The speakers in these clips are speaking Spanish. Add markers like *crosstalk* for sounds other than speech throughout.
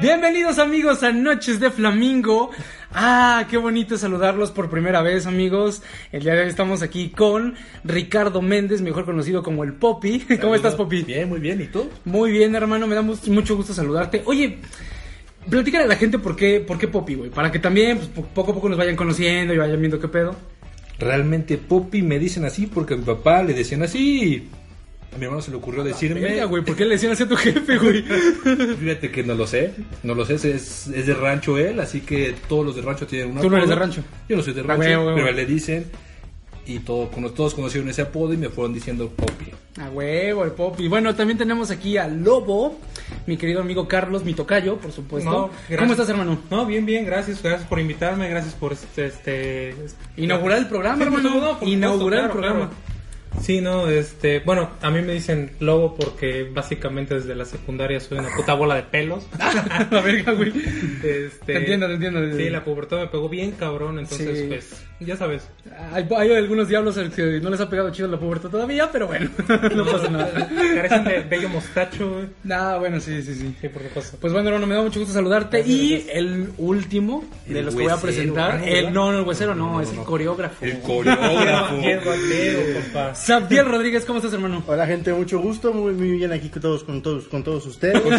Bienvenidos amigos a Noches de Flamingo. Ah, qué bonito saludarlos por primera vez amigos. El día de hoy estamos aquí con Ricardo Méndez, mejor conocido como el Poppy. *laughs* ¿Cómo estás Poppy? Bien, muy bien. ¿Y tú? Muy bien hermano, me da mu- mucho gusto saludarte. Oye, platícale a la gente por qué, por qué Poppy, güey. Para que también pues, po- poco a poco nos vayan conociendo y vayan viendo qué pedo. Realmente Poppy me dicen así porque a mi papá le decían así. A mi hermano se le ocurrió decirme. Venga, güey, ¿por qué le decían así a tu *laughs* jefe, güey? *laughs* Fíjate que no lo sé. No lo sé. Es, es de rancho él, así que todos los de rancho tienen un Tú no eres apodo. de rancho. Yo no soy de Ah, rancho, güey, güey, pero güey. le dicen. Y todo, cono- todos conocieron ese apodo y me fueron diciendo Poppy. A huevo, el pop. Y bueno, también tenemos aquí al Lobo, mi querido amigo Carlos, mi tocayo, por supuesto. No, gracias. ¿Cómo estás, hermano? No, bien, bien, gracias, gracias por invitarme, gracias por este... este Inaugurar el programa, Sí, por hermano, todo, por inaugurar el supuesto, programa. Sí, no, este, bueno, a mí me dicen lobo porque básicamente desde la secundaria soy una puta bola *laughs* de pelos. La Ah, verga, güey. Este, Te entiendo, te entiendo. Sí, la pubertad me pegó bien cabrón, entonces Sí. pues, ya sabes. *laughs* Hay, hay algunos diablos al que no les ha pegado chido la pubertad todavía, pero bueno, *laughs* no pasa nada. *laughs* Carecen de bello mostacho, güey. Nah, bueno, sí, sí, sí. Sí, por supuesto. Pues bueno, hermano, me da mucho gusto saludarte. Gracias, y el último de El los que voy a huesero, presentar, ah, no, el, ¿verdad? no, no, el huesero no, es el coreógrafo. El *laughs* coreógrafo. Bien bateo, compa. Sabdiel Rodríguez, ¿cómo estás, hermano? Hola gente, mucho gusto, muy, muy bien aquí con todos, con todos, con todos ustedes, con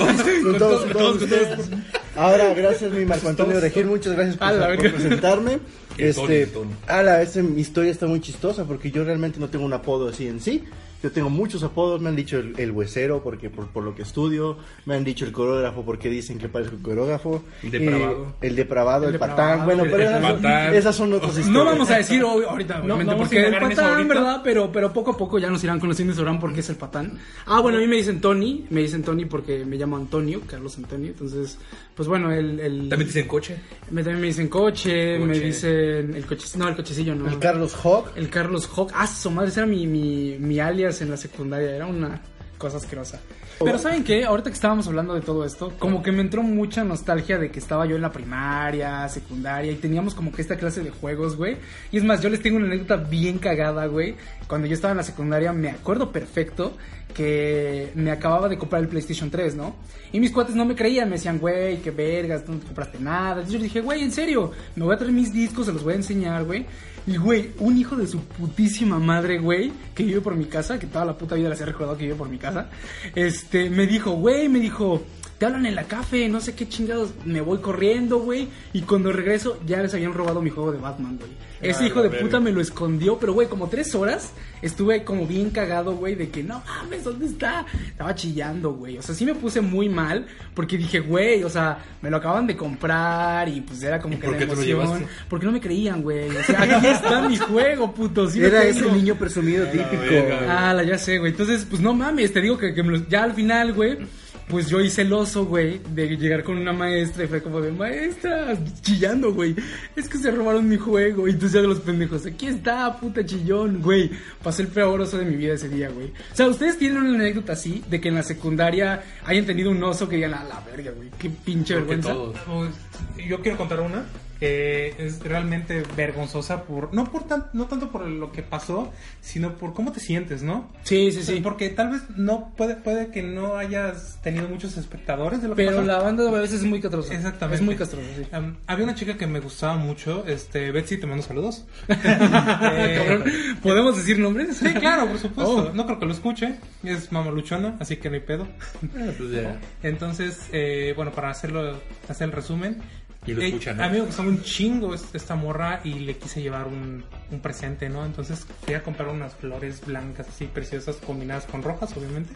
todos, con todos, ustedes. Ahora, gracias mi Marco Antonio Regil, muchas gracias A por, la por verga. presentarme. El Tony, Este, el Tony. a la vez mi historia está muy chistosa porque yo realmente no tengo un apodo así en sí. Yo tengo muchos apodos, me han dicho el, el huesero porque por, por lo que estudio, me han dicho el coreógrafo porque dicen que parezco coreógrafo, El depravado. Eh, el depravado, el, patán, bueno, el pero esas, patán. esas son otras historias. No vamos a decir hoy- ahorita, obviamente, vamos a porque el indagar en eso patán, ahorita. ¿verdad? Pero, pero poco a poco ya nos irán conociendo y sabrán por qué es el patán. Ah, bueno, a mí me dicen Tony, me dicen Tony porque me llamo Antonio, Carlos Antonio. Entonces, pues bueno, el. el También dicen coche. me, también me dicen coche, me Coche. dicen. El coche, no, el cochecillo no. El Carlos Hawk, El Carlos Hawk. Ah, su madre, ese era mi, mi, mi alias en la secundaria. Era una cosa asquerosa. Pero ¿saben qué? Ahorita que estábamos hablando de todo esto, como que me entró mucha nostalgia de que estaba yo en la primaria, secundaria, y teníamos como que esta clase de juegos, güey. Y es más, yo les tengo una anécdota bien cagada, güey. Cuando yo estaba en la secundaria, me acuerdo perfecto que me acababa de comprar el PlayStation 3, ¿no? Y mis cuates no me creían, me decían, güey, qué vergas, tú no te compraste nada. Entonces yo les dije, güey, en serio, me voy a traer mis discos, se los voy a enseñar, güey. Y, güey, un hijo de su putísima madre, güey, que vive por mi casa, que toda la puta vida les he recordado que vive por mi casa, este, me dijo, güey, me dijo, te hablan en la café, no sé qué chingados, me voy corriendo, güey, y cuando regreso ya les habían robado mi juego de Batman, güey. Ese Ah, hijo de la puta verga. me lo escondió, pero, güey, como tres horas estuve como bien cagado, güey, de que no mames, ¿dónde está? Estaba chillando, güey. O sea, sí me puse muy mal porque dije, güey, o sea, me lo acaban de comprar y pues era como ¿Y que por la qué te lo emoción. llevaste? Porque no me creían, güey. O sea, aquí está mi juego, puto. sí me era tengo. ese niño presumido típico. verga. Ah, la ya sé, güey. Entonces, pues no mames, te digo que, que me los- ya al final, güey. Pues yo hice el oso, güey, de llegar con una maestra y fue como de maestra, chillando, güey. Es que se robaron mi juego. Y entonces ya de los pendejos, aquí está, puta chillón, güey. Pasé el peor oso de mi vida ese día, güey. O sea, ¿ustedes tienen una anécdota así de que en la secundaria hayan tenido un oso que digan, a la verga, güey? Qué pinche Porque vergüenza. todos. Pues, yo quiero contar una que es realmente vergonzosa por no por tan- no tanto por lo que pasó, sino por cómo te sientes, ¿no? Sí, sí, sí. Porque tal vez no puede puede que no hayas tenido muchos espectadores de lo que Pero pasó. la banda a veces es muy castrosa. Exactamente. Es muy castrosa, *laughs* sí. Am, había una chica que me gustaba mucho, este Betsy, te *laughs* mando saludos. *laughs* Eh, Eh, cabrón, ¿Podemos decir nombres? Sí, claro, por supuesto. Oh. No creo que lo escuche. Es mamaluchona, así que no hay pedo. Ah, pues ya. Entonces, eh, bueno, para hacerlo, hacer el resumen. Y lo eh, escucha, ¿no? A mí me gustaba un chingo es- esta morra y le quise llevar un, un presente, ¿no? Entonces fui a comprar unas flores blancas así preciosas combinadas con rojas, obviamente.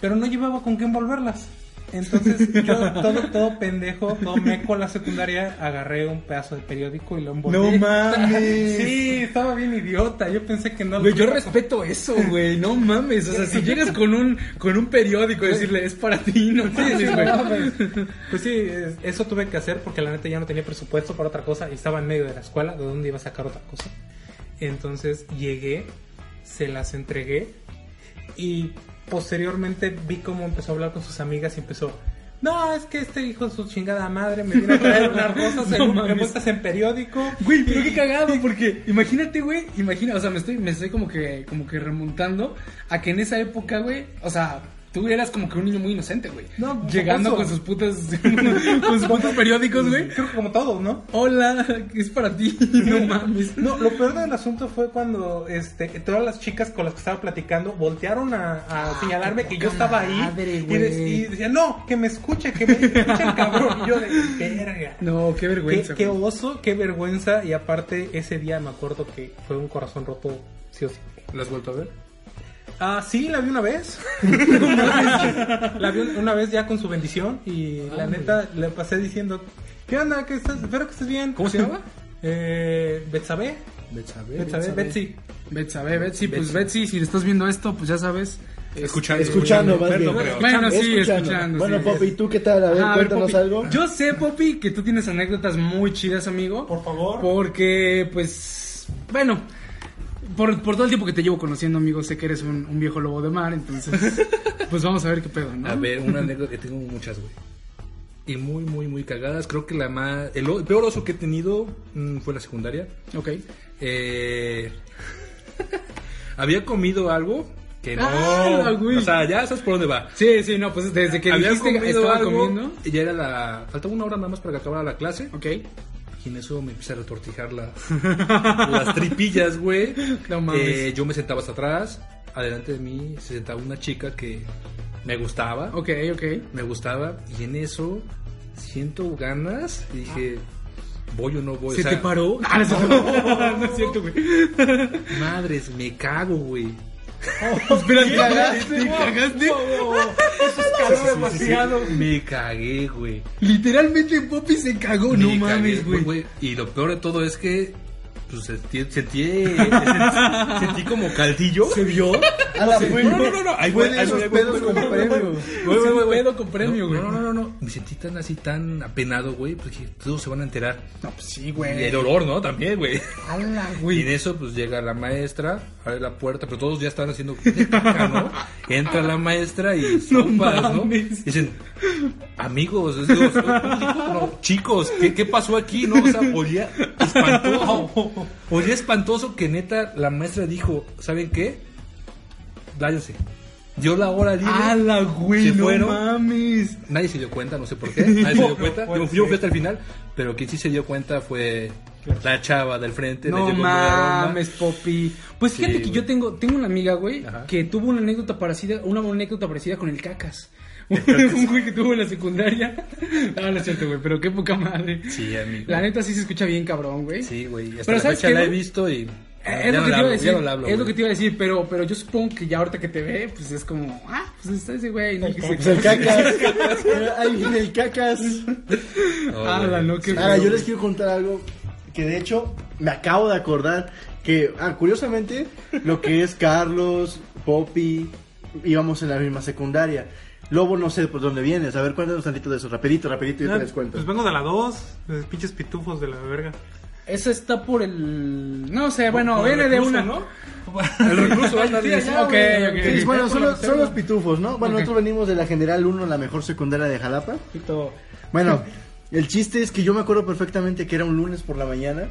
Pero no llevaba con qué envolverlas. Entonces, *laughs* yo todo, todo pendejo, todo meco en la secundaria, agarré un pedazo de periódico y lo envolví. No mames. Sí, estaba bien idiota. Yo pensé que no lo Güey, yo iba a respeto eso, güey. No mames. O sea, *laughs* si llegas con un, con un periódico y decirle es para ti, no Sí, sí, mames, güey. güey. Pues sí, es- eso tuve que hacer porque la neta ya no tenía presupuesto para otra cosa y estaba en medio de la escuela, de dónde iba a sacar otra cosa. Entonces llegué, se las entregué y posteriormente vi cómo empezó a hablar con sus amigas y empezó. No, es que este hijo de su chingada madre me viene a traer unas *laughs* rosas No en, mames. envueltas en periódico. Güey, pero qué cagado, porque imagínate, güey, imagina, o sea, me estoy, me estoy como que, como que remontando a que en esa época, güey, o sea, tú eras como que un niño muy inocente, güey. No, Llegando con sus famoso. putas, *laughs* con sus putos periódicos, *laughs* güey. pues, Creo que como todos, ¿no? Hola, es para ti, *laughs* no mames. No, lo peor del asunto fue cuando este, todas las chicas con las que estaba platicando voltearon a, a señalarme que yo estaba ahí Ah, madre, y, güey. de- y decía, no, que me escuche, que me escuche el cabrón. Y yo de verga. No, qué qué, vergüenza. qué güey. oso, qué vergüenza. Y aparte, ese día me acuerdo que fue un corazón roto, sí o sí. ¿Lo has vuelto a ver? Ah, sí, la vi una *laughs* vez. la vi una vez ya con su bendición y la neta le pasé diciendo, ¿qué onda? ¿Qué estás? Espero que estés bien. ¿Cómo se llama? Eh, Betsabe. Betsabe, Betsy. Betsabé, Betsy, pues Betsy, si le estás viendo esto, pues ya sabes. este, Escuchando. Escuchando, más Verlo, bien. creo. Bueno, sí, escuchando, Bueno, sí. Poppy, ¿tú qué tal? A ver, Ah, a ver, cuéntanos Poppy, algo. Yo sé, Poppy, que tú tienes anécdotas muy chidas, amigo. Por favor. Porque, pues, bueno, por, por todo el tiempo que te llevo conociendo, amigo, sé que eres un, un viejo lobo de mar, entonces, pues vamos a ver qué pedo, ¿no? A ver, una anécdota que tengo muchas, güey. Y muy, muy, muy cagadas. Creo que la más. El, o- el peor oso que he tenido mm, fue la secundaria. Ok. Eh, *laughs* había comido algo que no. Ah, güey. o sea, ya sabes por dónde va. Sí, sí, no, pues desde que había dijiste que estaba comiendo. Y ya era la. Faltaba una hora nada más para que acabara la clase. Ok. Y en eso me empecé a retortijar *laughs* las, las tripillas, güey. No mames. Eh, yo me sentaba hasta atrás. Adelante de mí se sentaba una chica que me gustaba. Ok, ok. Me gustaba. Y en eso siento ganas. Y dije, ¿voy o no voy? O Ah. ¿Se sea, te paró? Ah, no, es cierto. No es cierto, güey. Madres, me cago, güey. Espérate, cagaste, cagaste. *laughs* demasiado. Me cagué, güey. Literalmente Poppy se cagó, no Me mames, cagué, güey. Y lo peor de todo es que pues, sentí, sentí, sentí- sentí como caldillo. ¿Se vio? A Ah, la fue- No, no, no, no. Ahí voy, fue de ahí esos voy, ahí voy, pedos ahí voy, con premio. Güey, Sí, güey, güey. pedo con premio, No, güey. No, no, no, no. Me sentí tan así, tan apenado, güey, porque todos se van a enterar. No, pues sí, Y el güey. olor, ¿no? También, güey. Ala, Y en güey. eso, pues llega la maestra, abre la puerta, pero todos ya están haciendo caca, ¿no? Entra la maestra y sopas, ¿no? mames. Dicen, amigos, es- digo, no, chicos, ¿qué, qué pasó aquí? No, o sea, olía espantoso. Olía espantoso que neta la maestra dijo, ¿saben qué? Váyanse. Dio la hora libre. Ah, Ala, güey, Se no fueron. mames. Nadie se dio cuenta, no sé por qué. Nadie se dio No cuenta. puede Yo, yo fui hasta el final, pero quien sí se dio cuenta fue la chava del frente. le No llegó muy aroma. mames, Poppy. Pues fíjate Sí, que güey. yo tengo, tengo una amiga, güey, Ajá. que tuvo una anécdota parecida, una anécdota parecida con el *laughs* cacas. Un güey que tuvo en la secundaria. *laughs* Ah, no es cierto, güey, pero qué poca madre. Sí, amigo. La neta sí se escucha bien cabrón, güey. Sí, güey. Hasta Pero la ¿sabes fecha qué, la he güey? visto y. Eh, ya Es no lo que te la iba a hablo, ya decir, no la hablo, es lo que güey. te iba a decir, pero, pero yo supongo que ya ahorita que te ve, pues es como, ah, pues está ese güey, ¿no? Que se- *laughs* Pues el cacas. Ahí viene el cacas. No, Ah, güey. no, qué Ahora, feo, yo les güey. quiero contar algo que de hecho me acabo de acordar que, ah, curiosamente, lo que es Carlos, Poppy, íbamos en la misma secundaria. Lobo, no sé por dónde vienes. A ver, cuéntanos tantito de eso. Rapidito, rapidito, yo te les cuento. Pues vengo de la 2, los pinches pitufos de la verga. Eso está por el. No sé, bueno, Por el viene de recluso, una. *laughs* ¿no? El recluso, ándale. Sí, ok, ok. Sí, bueno, son los, son los pitufos, ¿no? Bueno, Ok. nosotros venimos de la General 1, la mejor secundaria de Jalapa. Pito. Bueno, el chiste es que yo me acuerdo perfectamente que era un lunes por la mañana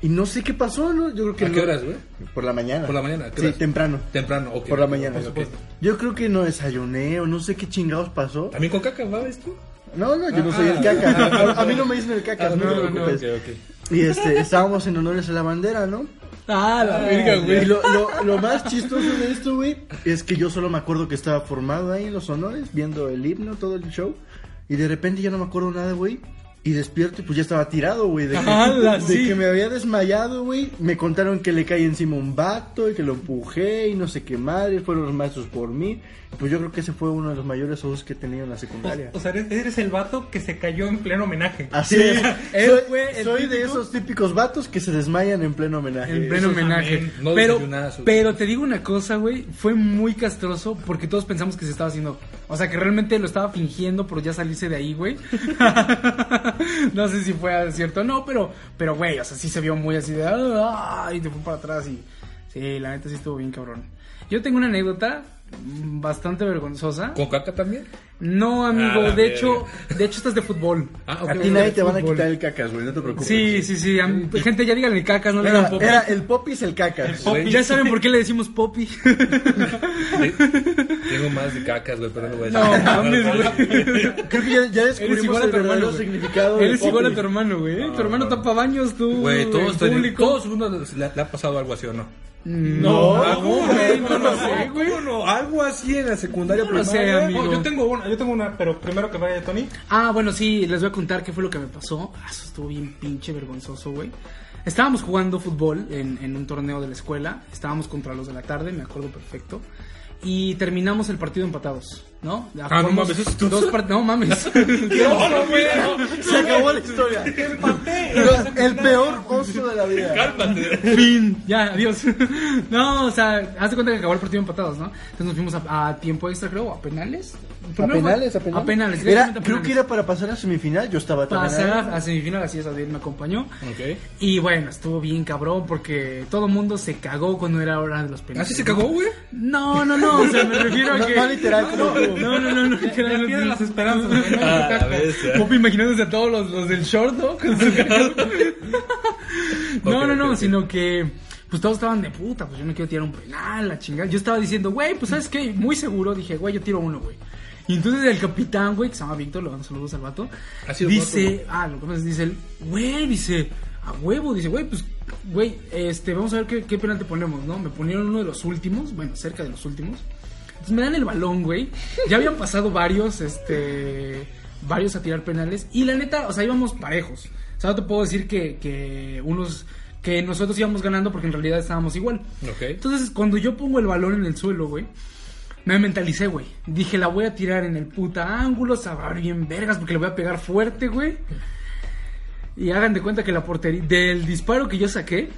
y no sé qué pasó, ¿no? Yo creo que ¿A qué no- horas, güey? Por la mañana. Por la mañana, ¿a qué Sí, horas? temprano. Temprano, ok. Por la mañana. Por supuesto. ok. Yo creo que no desayuné o no sé qué chingados pasó. ¿También con caca va esto? No, no, yo no soy Ah. el caca. *laughs* A mí no me dicen el caca, no, te preocupes. Pues, Y este, estábamos en honores a la bandera, ¿no? Ah, la verga, Y güey. lo, lo- lo más chistoso de esto, güey, es que yo solo me acuerdo que estaba formado ahí en los honores, viendo el himno, todo el show. Y de repente ya no me acuerdo nada, güey. Y despierto y pues ya estaba tirado, güey. De, que- ¡Hala, de sí! que me había desmayado, güey. Me contaron que le cae encima un vato y que lo empujé y no sé qué madre. Fueron los maestros por mí. Pues yo creo que ese fue uno de los mayores ojos que he tenido en la secundaria. O sea, eres, eres el vato que se cayó en pleno homenaje. Así Oh, Sí, es. él soy fue el soy de típico- esos típicos vatos que se desmayan en pleno homenaje. En pleno Eh, Eso homenaje. también, no pero, desayunadas, güey. pero te digo una cosa, güey. Fue muy castroso porque todos pensamos que se estaba haciendo. O sea, que realmente lo estaba fingiendo por ya salirse de ahí, güey. *laughs* no sé si fue cierto o no, pero, pero, güey, o sea, sí se vio muy así de. "Ah", Y te fue para atrás y. Sí, la neta sí estuvo bien cabrón. Yo tengo una anécdota mm, bastante vergonzosa. ¿Con caca también? No, amigo, Ah, la de hecho, verga. de hecho estás de fútbol. Ah, ok. A ti nadie te van a Fútbol. quitar el cacas, güey. No te preocupes. Sí, sí, sí. a mí- Gente, ya díganle cacas, no le digan Era, popis. era el popis el cacas. Güey, Ya saben por qué le decimos popi. Tengo más de cacas, güey, pero *laughs* no voy a *laughs* No, mames, Creo que ya, ya Eres descubrimos igual a el tu hermano. verdadero güey. significado del Eres igual a popis. tu hermano, güey. tu hermano tapa baños, tú. Güey, todos, el tenemos- público. todos uno le, le ha pasado algo así o no. No, Ah, ¿cómo güey, no lo ¿Cómo sé, güey. ¿Cómo no? Algo así en la secundaria. No lo sé, primaria. amigo. yo tengo una, yo tengo una, pero primero que vaya Tony. Ah, bueno, sí, les voy a contar qué fue lo que me pasó. Ah, Eso estuvo bien pinche vergonzoso, güey. Estábamos jugando fútbol en, en un torneo de la escuela. Estábamos contra los de la tarde, me acuerdo perfecto. Y terminamos el partido empatados, ¿no? Ah, no Jugamos mames, ¿eso es dos part- No *laughs* mames. No, no, güey. Se acabó la historia. Lo- el peor oso de la vida. Cálmate. Fin, ya, adiós. *laughs* No, o sea, haz de cuenta que acabó el partido empatados, ¿no? Entonces nos fuimos a, a tiempo extra, creo, a penales. A Primero fue- penales, a A penales, penales. Era- directamente a creo que penales. era para pasar a semifinal. Yo estaba tan Pasar a, a semifinal, así es, Adiel me acompañó. Ok. Y bueno, estuvo bien cabrón porque todo el mundo se cagó cuando era hora de los ¿Ah, penales. ¿Así se cagó, güey? No, no, no, o sea, me refiero a *laughs* No, que... no literal, No, pero- no, no, no, no, literal, Ya pierdes no. las esperanzas, güey, ¿no? Ah, la *laughs* bestia. Popi imaginándose a todos los, los del short, ¿no? Con *laughs* su- no, Ok, no, ok, no, ok. sino que pues todos estaban de puta, pues yo no quiero tirar un penal, la chingada. Yo estaba diciendo, güey, pues sabes qué, muy seguro, dije, güey, yo tiro uno, güey. Y entonces el capitán, güey, que se llama Víctor, le damos saludos al vato, Ha sido dice, ah, lo conoces, dice él, güey, dice, a huevo, dice, güey, pues, güey, este, vamos a ver qué, qué penal te ponemos, ¿no? Me ponieron uno de los últimos, bueno, cerca de los últimos. Entonces Pues me dan el balón, güey. Ya habían pasado varios, este. Varios a tirar penales. Y la neta, o sea, íbamos parejos. O sea, no te puedo decir que, que unos. Que nosotros íbamos ganando porque en realidad estábamos igual. Ok. Entonces, cuando yo pongo el balón en el suelo, güey. Me mentalicé, güey. Dije, la voy a tirar en el puta ángulo, se va a abrir bien vergas porque le voy a pegar fuerte, güey. Y hagan de cuenta que la portería. Del disparo que yo saqué,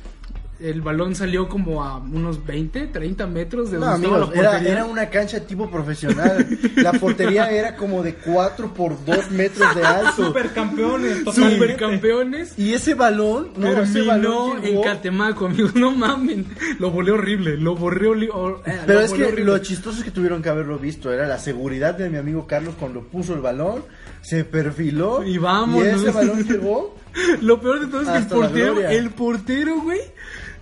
el balón salió como a unos 20, 30 metros de No, donde estaba amigos, la era, portería. era una cancha tipo profesional. La portería era como de 4 por 2 metros de alto. Supercampeones, totalmente. Supercampeones. Y ese balón, no, ese terminó balón en llegó- Catemaco, amigos. No mamen. Lo volé horrible. Lo borré eh, horrible. Pero es que lo chistoso es que tuvieron que haberlo visto. Era la seguridad de mi amigo Carlos cuando puso el balón, se perfiló. Y vámonos. Y ese balón llegó. Lo peor de todo es que el Hasta la portero, gloria. el portero, güey.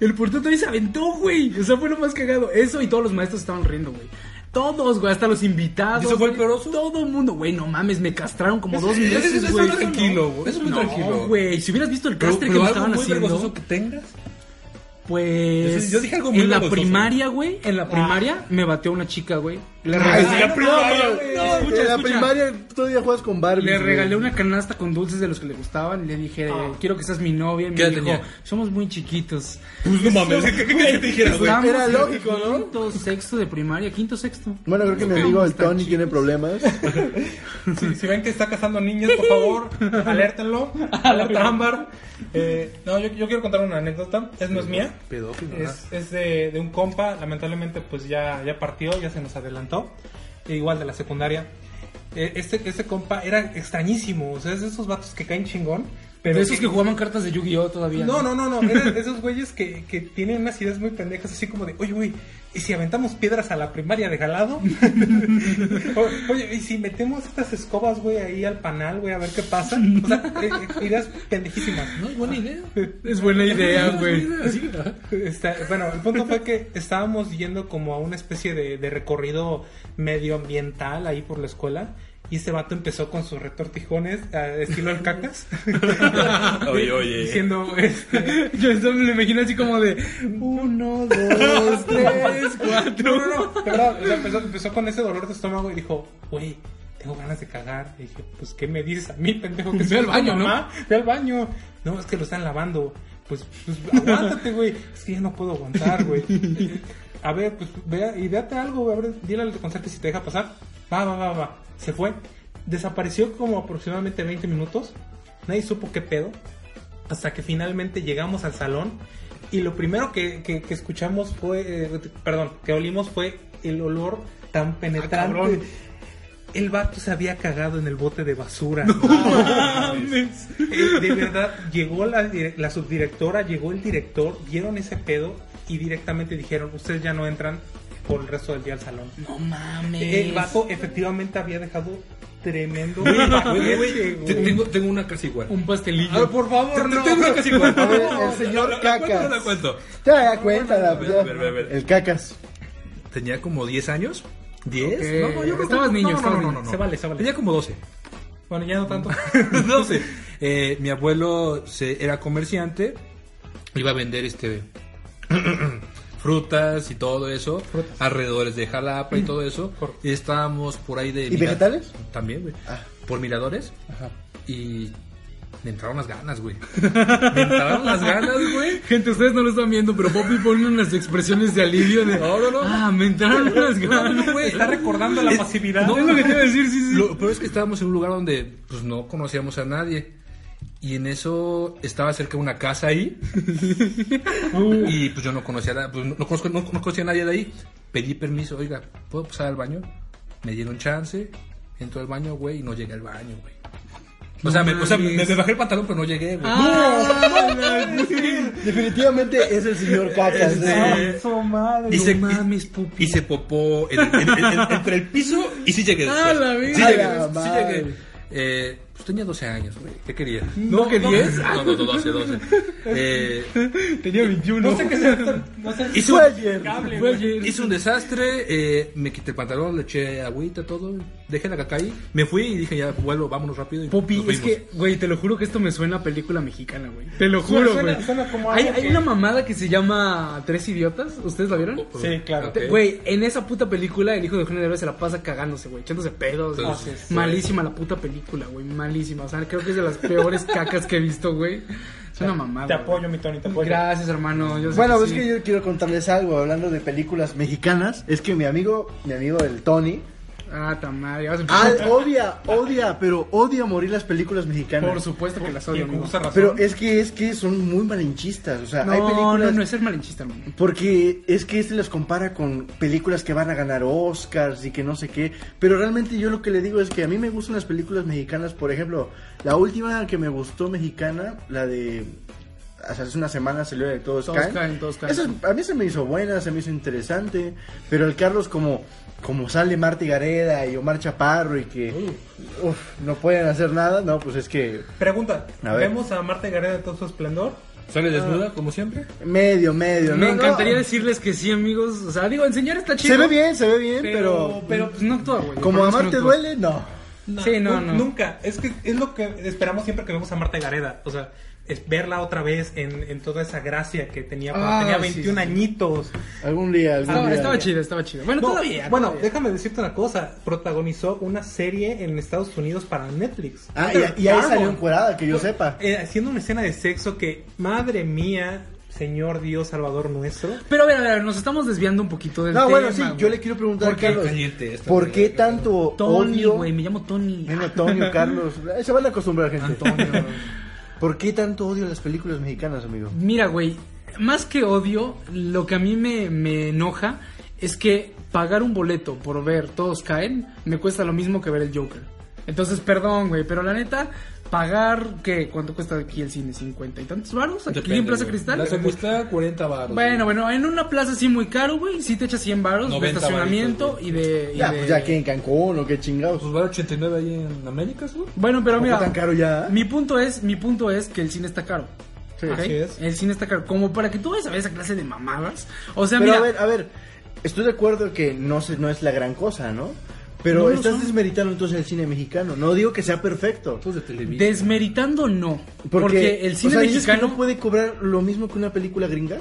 El portero también se aventó, güey. O sea, fue lo más cagado. Eso y todos los maestros estaban riendo, güey. Todos, güey, hasta los invitados. ¿Y eso fue el güey, peor oso? Todo el mundo, güey, no mames, me castraron como dos eso- meses, eso güey. es tranquilo, güey. Eso es muy No, tranquilo. güey, si hubieras visto el Pero, castre que pero me algo estaban muy haciendo, vergonzoso que tengas. pues... Yo dije algo muy En la vergonzoso. primaria, güey, en Ah. la primaria me bateó una chica, güey. Le Ay, regalé, no, güey. no, Escucha, en la escucha. primaria todavía juegas con Barbie. le regalé una canasta con dulces de los que le gustaban. Le dije, Ah. quiero que seas mi novia. Y me ¿Qué edad dijo, tenía? somos muy chiquitos. Pues no mames, *laughs* ¿qué, qué, qué te dijeras, güey? Estamos Era en lógico, ¿no? Quinto, sexto de primaria, quinto, sexto. Bueno, creo que mi amigo el Tony tiene problemas. Si, si ven que está cazando niños, por favor, *laughs* alértenlo. Alerta ámbar. Eh, no, yo, yo quiero contar una anécdota. Es no es mía. Pedófilo. Es, es de, de un compa, lamentablemente pues ya, ya partió, ya se nos adelantó. E igual de la secundaria. Eh, Este, este compa era extrañísimo, o sea, es de esos vatos que caen chingón. Pero De esos que jugaban cartas de Yu-Gi-Oh todavía. No, no, no, no, era de esos güeyes que, que tienen unas ideas muy pendejas, así como de, oye, güey, ¿y si aventamos piedras a la primaria de galado? *laughs* O- oye, ¿y si metemos estas escobas, güey, ahí al panal, güey, a ver qué pasa? O sea, eh, eh, ideas pendejísimas. No, es buena idea. *laughs* Es buena idea, güey. Sí, ajá. Está- bueno, el punto fue que estábamos yendo como a una especie de, de recorrido medioambiental ahí por la escuela. Y este vato empezó con sus retortijones, eh, estilo al cacas. *laughs* Oye, oye. Diciendo, este, *laughs* Yo eso me lo imagino así como de uno, dos, tres, cuatro. no, no, no, de verdad, o sea, empezó, empezó con ese dolor de estómago y dijo, güey, tengo ganas de cagar. Y dije, pues, ¿qué me dices a mí, pendejo? *laughs* Que soy al baño, ¿no? Ve al baño. No, es que lo están lavando. Pues, *laughs* pues aguántate, güey. Es que ya no puedo aguantar, güey. A ver, pues, vea, y date algo, güey. A ver, dile al conserje si te deja pasar. Va, va, va, va. Se fue. Desapareció como aproximadamente 20 minutos. Nadie supo qué pedo. Hasta que finalmente llegamos al salón. Y lo primero que, que- que escuchamos fue, eh, perdón, que olimos fue el olor tan penetrante. cabrón. el vato se había cagado en el bote de basura. Eh, de verdad, llegó la, dire- la subdirectora, llegó el director, vieron ese pedo y directamente dijeron, ustedes ya no entran por el resto del día al salón. No mames. El vato efectivamente había dejado tremendo... Güey, güey, paquete, güey. te- tengo, tengo una casi igual. Un A ver, pastelillo. por favor, no. Tengo una casi igual. A ver, el No, no, señor no, no, Cacas. cuento, no la cuento. Ya, ya, cuéntala. A ver, ya. a ver, a ver. El cacas. Tenía como 10 años. ¿10? Ok. *laughs* No, no, yo creo que- Estabas no, niño, no, estabas no, no, niño. no, no. Se vale, se vale. Tenía como 12. Bueno, ya no tanto. 12. Eh, mi abuelo se, era comerciante. Iba a vender este *clears throat* frutas y todo eso. Frutas. Alrededores de Jalapa y todo eso. Por- Y estábamos por ahí de. ¿Y Mira- vegetales? También, güey. Ah. Por miradores. Ajá. Y me entraron las ganas, güey. *laughs* Me entraron *laughs* las ganas, güey. Gente, ustedes no lo están viendo, pero Poppy pone unas expresiones de alivio de. No, no, Oh. no. Ah, me entraron las ganas. Güey, Está recordando la Es- pasividad. no, Es lo que te iba a decir, sí, sí. Lo peor es que estábamos en un lugar donde pues no conocíamos a nadie. Y en eso estaba cerca una casa *laughs* ahí. y pues yo no conocía, a la- pues, no, no conozco- no- no conocía a nadie de ahí. Pedí permiso, oiga, ¿puedo pasar al baño? Me dieron chance, entró al baño, güey, y no llegué al baño, güey. O sea, me, o sea, me- me bajé el pantalón, pero no llegué, güey. Ah, Definitivamente es el señor cacas. ¿no? Este, Su madre. y, se, no y- mames, pupi. y se popó en- en- en- entre el piso y sí llegué. Ah, después. la vida. Sí Ah, llegué, la sí madre. llegué. Eh, pues tenía 12 años, güey. ¿Qué quería? No, que 10. No, no, no, 12, 12. Eh, Tenía 21. No sé qué sea. No sé. hice, Fue un, ayer. Cable, Fue güey. ayer. hice un desastre, eh, me quité el pantalón, le eché agüita, todo, dejé la caca ahí, me fui y dije, ya vuelvo, vámonos rápido. y Popi, nos es fuimos. que, güey, te lo juro que esto me suena a película mexicana, güey. Te lo juro, Suena- güey. suena como Hay, algo hay que- una mamada que Oh, se llama Tres Idiotas. ¿Ustedes la vieron? Sí, claro. Ok. Te- Güey, en esa puta película el hijo de Eugenio Derbez se la pasa cagándose, güey, echándose pedos. Ah, güey. Así es. malísima la puta película, güey, malísima. O sea, creo que es de las peores cacas que he visto, güey. Es una mamada. Te güey. apoyo, mi Tony, te apoyo. Gracias, hermano. Yo sé Bueno, que es sí. que yo quiero contarles algo hablando de películas mexicanas. Es que mi amigo, mi amigo el Tony, Ah, tan madre. vas a empezar. ah, odia, odia, pero odia morir las películas mexicanas. Por supuesto que las Y odio, con amigo. justa razón. Pero es que es que son muy malinchistas, o sea, hay No, no, películas no, es ser malinchista, hermano. porque es que este los compara con películas que van a ganar Oscars y que no sé qué, pero realmente yo lo que le digo es que a mí me gustan las películas mexicanas, por ejemplo, la última que me gustó mexicana, la de hace unas semanas salió de Todos, Todos caen, todos caen. Esa es- a mí se me hizo buena, se me hizo interesante, pero el Carlos como como sale Marta Gareda y Omar Chaparro y que uf, no pueden hacer nada, no, pues es que Pregunta, A ver. ¿vemos a Marta Gareda de todo su esplendor? Sale desnuda, como siempre. medio, medio. Me no, no. encantaría decirles que sí, amigos. O sea, digo, enseñar está chido. Se ve bien, se ve bien, pero, pero, pero pues no actúa, güey. como Por eso amar no te actúa. duele, no. Sí, no, nu- no. Nunca. Es que es lo que esperamos siempre que vemos a Marta Gareda. O sea, es verla otra vez en, en toda esa gracia que tenía cuando Ah, tenía sí, 21 sí. añitos. Algún día, algún Estaba, día. estaba chido, estaba chido. Bueno, No, todavía. bueno, todavía. déjame decirte una cosa. Protagonizó una serie en Estados Unidos para Netflix. Ah, y, y ahí Carbon. salió encuerada, que yo sepa. Eh, haciendo una escena de sexo que, madre mía, Señor Dios, Salvador nuestro. Pero a ver, a ver, nos estamos desviando un poquito del No, tema. bueno, sí, güey. yo le quiero preguntar a ¿Por qué Carlos, caliente esta ¿por mierda, qué Carlos? tanto Tony, odio? güey, me llamo Tony. Bueno, Antonio, *laughs* Carlos, eh, se van a acostumbrar, gente. Antonio. ¿Por qué tanto odio a las películas mexicanas, amigo? Mira, güey, más que odio, lo que a mí me, me enoja es que pagar un boleto por ver Todos Caen me cuesta lo mismo que ver el Joker. Entonces, perdón, güey, pero la neta, pagar, ¿qué? ¿Cuánto cuesta aquí el cine? ¿50 y tantos varos? ¿Aquí en Plaza Cristal? pues, La cuesta 40 baros. Bueno, bueno, en una plaza así muy caro, güey, sí te echas 100 varos de 90 estacionamiento varitos, y de... y Ya, de- pues ya que en Cancún o qué chingados. Pues vale 89 ahí en América, güey. Bueno, pero ¿Por qué mira, tan caro ya? mi punto es, mi punto es que el cine está caro. Sí. ¿ok? Así es. El cine está caro, como para que tú vayas a ver esa clase de mamadas. O sea, Pero mira, a ver, a ver, estoy de acuerdo que no, se, no es la gran cosa, ¿no? Pero No lo estás son. desmeritando entonces el cine mexicano. No digo que sea perfecto. de Televisa. desmeritando no, porque, el cine o sea, ¿dices que mexicano no puede cobrar lo mismo que una película gringa.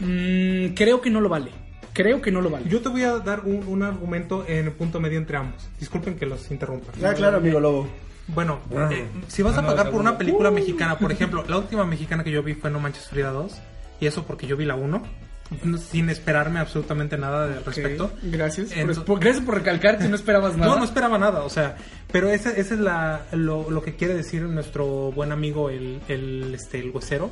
mm, creo que no lo vale. creo que no lo vale. Yo te voy a dar un, un argumento en punto medio entre ambos. Disculpen que los interrumpa. Ah, claro, amigo Lobo. Bueno, Ah. eh, si vas a no, pagar está por bueno. una película *laughs* mexicana, por ejemplo, la última mexicana que yo vi fue No Manches Frida 2, y eso porque yo vi la 1, no- sin esperarme absolutamente nada del respecto. Ok, Gracias. por- Entonces- por- gracias por recalcar que no esperabas nada. No, no esperaba nada, o sea, pero ese, ese es la, lo, lo que quiere decir nuestro buen amigo el, el, este, el huesero,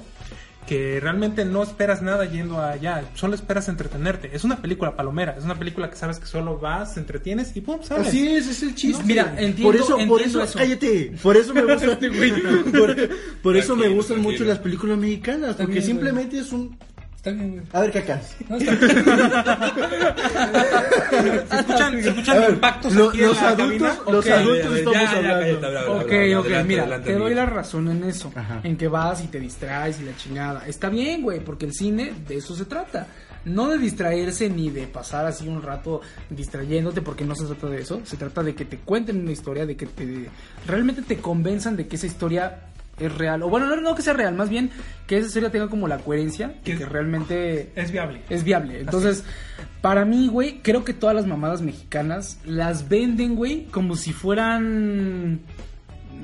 que realmente no esperas nada yendo allá, solo esperas entretenerte. Es una película palomera, es una película que sabes que solo vas, te entretienes y pum, sales. Así es, es el chiste. Mira, entiendo- por eso, por entiendo eso, eso. Este cállate. Por eso me *laughs* gustan, *laughs* por, por eso me Tranquilo, gustan tranquilo. mucho las películas mexicanas, porque bien, simplemente es un. Está bien, güey. A ver, cacas. No, *laughs* está bien. Se escuchan, se escuchan A ver, impactos lo- aquí en los la adultos- cabina. los Ok. adultos- Ya, ya, estamos ya, hablando. cállate, habla, habla, Ok, habla, ok, adelante, mira, adelante, te doy amigo. la razón en eso, Ajá. en que vas y te distraes y la chingada. Está bien, güey, porque el cine de eso se trata. No de distraerse ni de pasar así un rato distrayéndote, porque no se trata de eso. Se trata de que te cuenten una historia, de que te realmente te convenzan de que esa historia es real. O bueno, no, no que sea real, más bien que esa historia tenga como la coherencia, y Que- que realmente Es viable. es viable. Entonces, para mí, güey, creo que todas las mamadas mexicanas las venden, güey, como si fueran.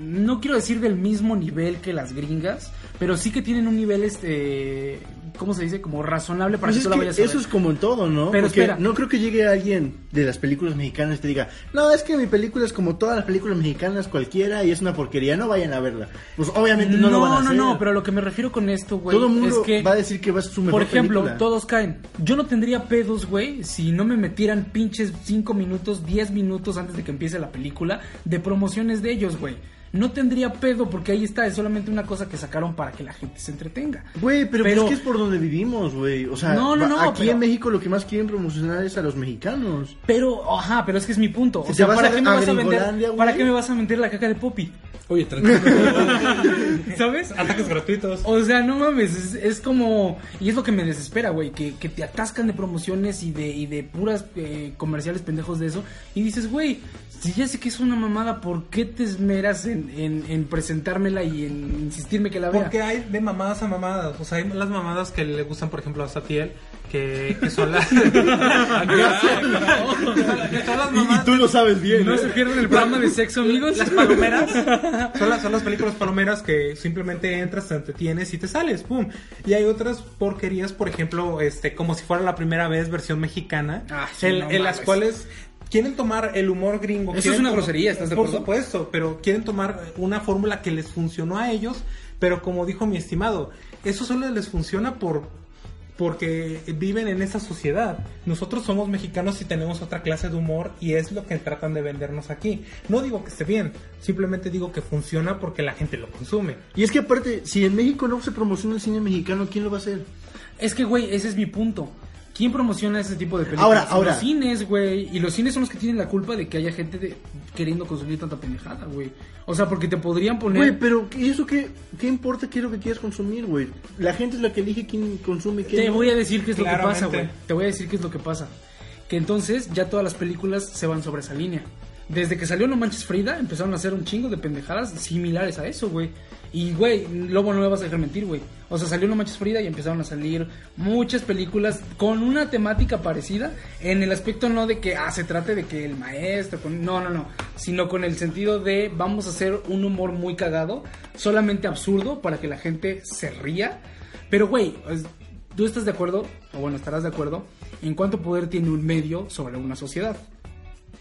No quiero decir del mismo nivel que las gringas, pero sí que tienen un nivel, este. ¿Cómo se dice? Como razonable para Pues que es tú la que vayas a ver. eso es como en todo, ¿no? Pero Porque espera. no creo que llegue alguien de las películas mexicanas y te diga, no, es que mi película es como todas las películas mexicanas cualquiera y es una porquería, no vayan a verla. Pues obviamente no, no, lo van a no, hacer. no, pero lo que me refiero con esto, güey, Todo el mundo es que. va a decir que va a ser su mejor Por ejemplo, película. todos caen. Yo no tendría pedos, güey, si no me metieran pinches 5 minutos, 10 minutos antes de que empiece la película de promociones de ellos, güey. No tendría pedo porque ahí está, es solamente una cosa que sacaron para que la gente se entretenga. Güey, pero, Pero- pues es que es por donde vivimos, güey. O sea, No, no, va- no, aquí pero- en México lo que más quieren promocionar es a los mexicanos. Pero, ajá, pero es que es mi punto. Si O te sea, vas ¿para a qué, me vas a Gringolandia, vender, güey. ¿para qué me vas a vender la caca de *laughs* Poppy? Oye, tranquilo. ¿Sabes? Ataques gratuitos. O sea, no mames, es, es como... Y es lo que me desespera, güey, que, que te atascan de promociones y de, y de puras eh, comerciales pendejos de eso. Y dices, güey, si ya sé que es una mamada, ¿por qué te esmeras en, en- en presentármela y en insistirme que la vea? Porque hay de mamadas a mamadas. O sea, hay las mamadas que le gustan, por ejemplo, a Satiel, que, que *laughs* son las. que son las- que son las mamadas- lo sabes bien. ¿eh? No se pierdan el programa de sexo, amigos. Las palomeras son las, son las películas palomeras que simplemente entras, te entretienes y te sales, ¡pum! Y hay otras porquerías, por ejemplo, este, como si fuera la primera vez versión mexicana, Ah, sí, en, no en las mames. cuales quieren tomar el humor gringo. Eso es quieren una tom- grosería, ¿estás de acuerdo? Por supuesto, pero quieren tomar una fórmula que les funcionó a ellos, pero como dijo mi estimado, eso solo les funciona por porque viven en esa sociedad. Nosotros somos mexicanos y tenemos otra clase de humor y es lo que tratan de vendernos aquí. No digo que esté bien, simplemente digo que funciona porque la gente lo consume. Y es que aparte, si en México no se promociona el cine mexicano, ¿quién lo va a hacer? Es que, güey, ese es mi punto. ¿Quién promociona ese tipo de películas? Ahora, ahora. Los cines, güey. Y los cines son los que tienen la culpa de que haya gente de- queriendo consumir tanta pendejada, güey. O sea, porque te podrían poner... Güey, pero ¿y eso qué, qué importa qué es lo que quieras consumir, güey? La gente es la que elige quién consume y quién Te no. voy a decir qué es lo que Claramente. pasa, güey. Te voy a decir qué es lo que pasa. Que entonces ya todas las películas se van sobre esa línea. Desde que salió No Manches Frida, empezaron a hacer un chingo de pendejadas similares a eso, güey. Y, güey, Lobo, no me vas a dejar mentir, güey. O sea, salió No Manches Frida y empezaron a salir muchas películas con una temática parecida. En el aspecto no de que, ah, se trate de que el maestro. con- No, no, no. Sino con el sentido de vamos a hacer un humor muy cagado, solamente absurdo, para que la gente se ría. Pero, güey, es- ¿Tú estás de acuerdo, o bueno, estarás de acuerdo, en cuánto poder tiene un medio sobre una sociedad?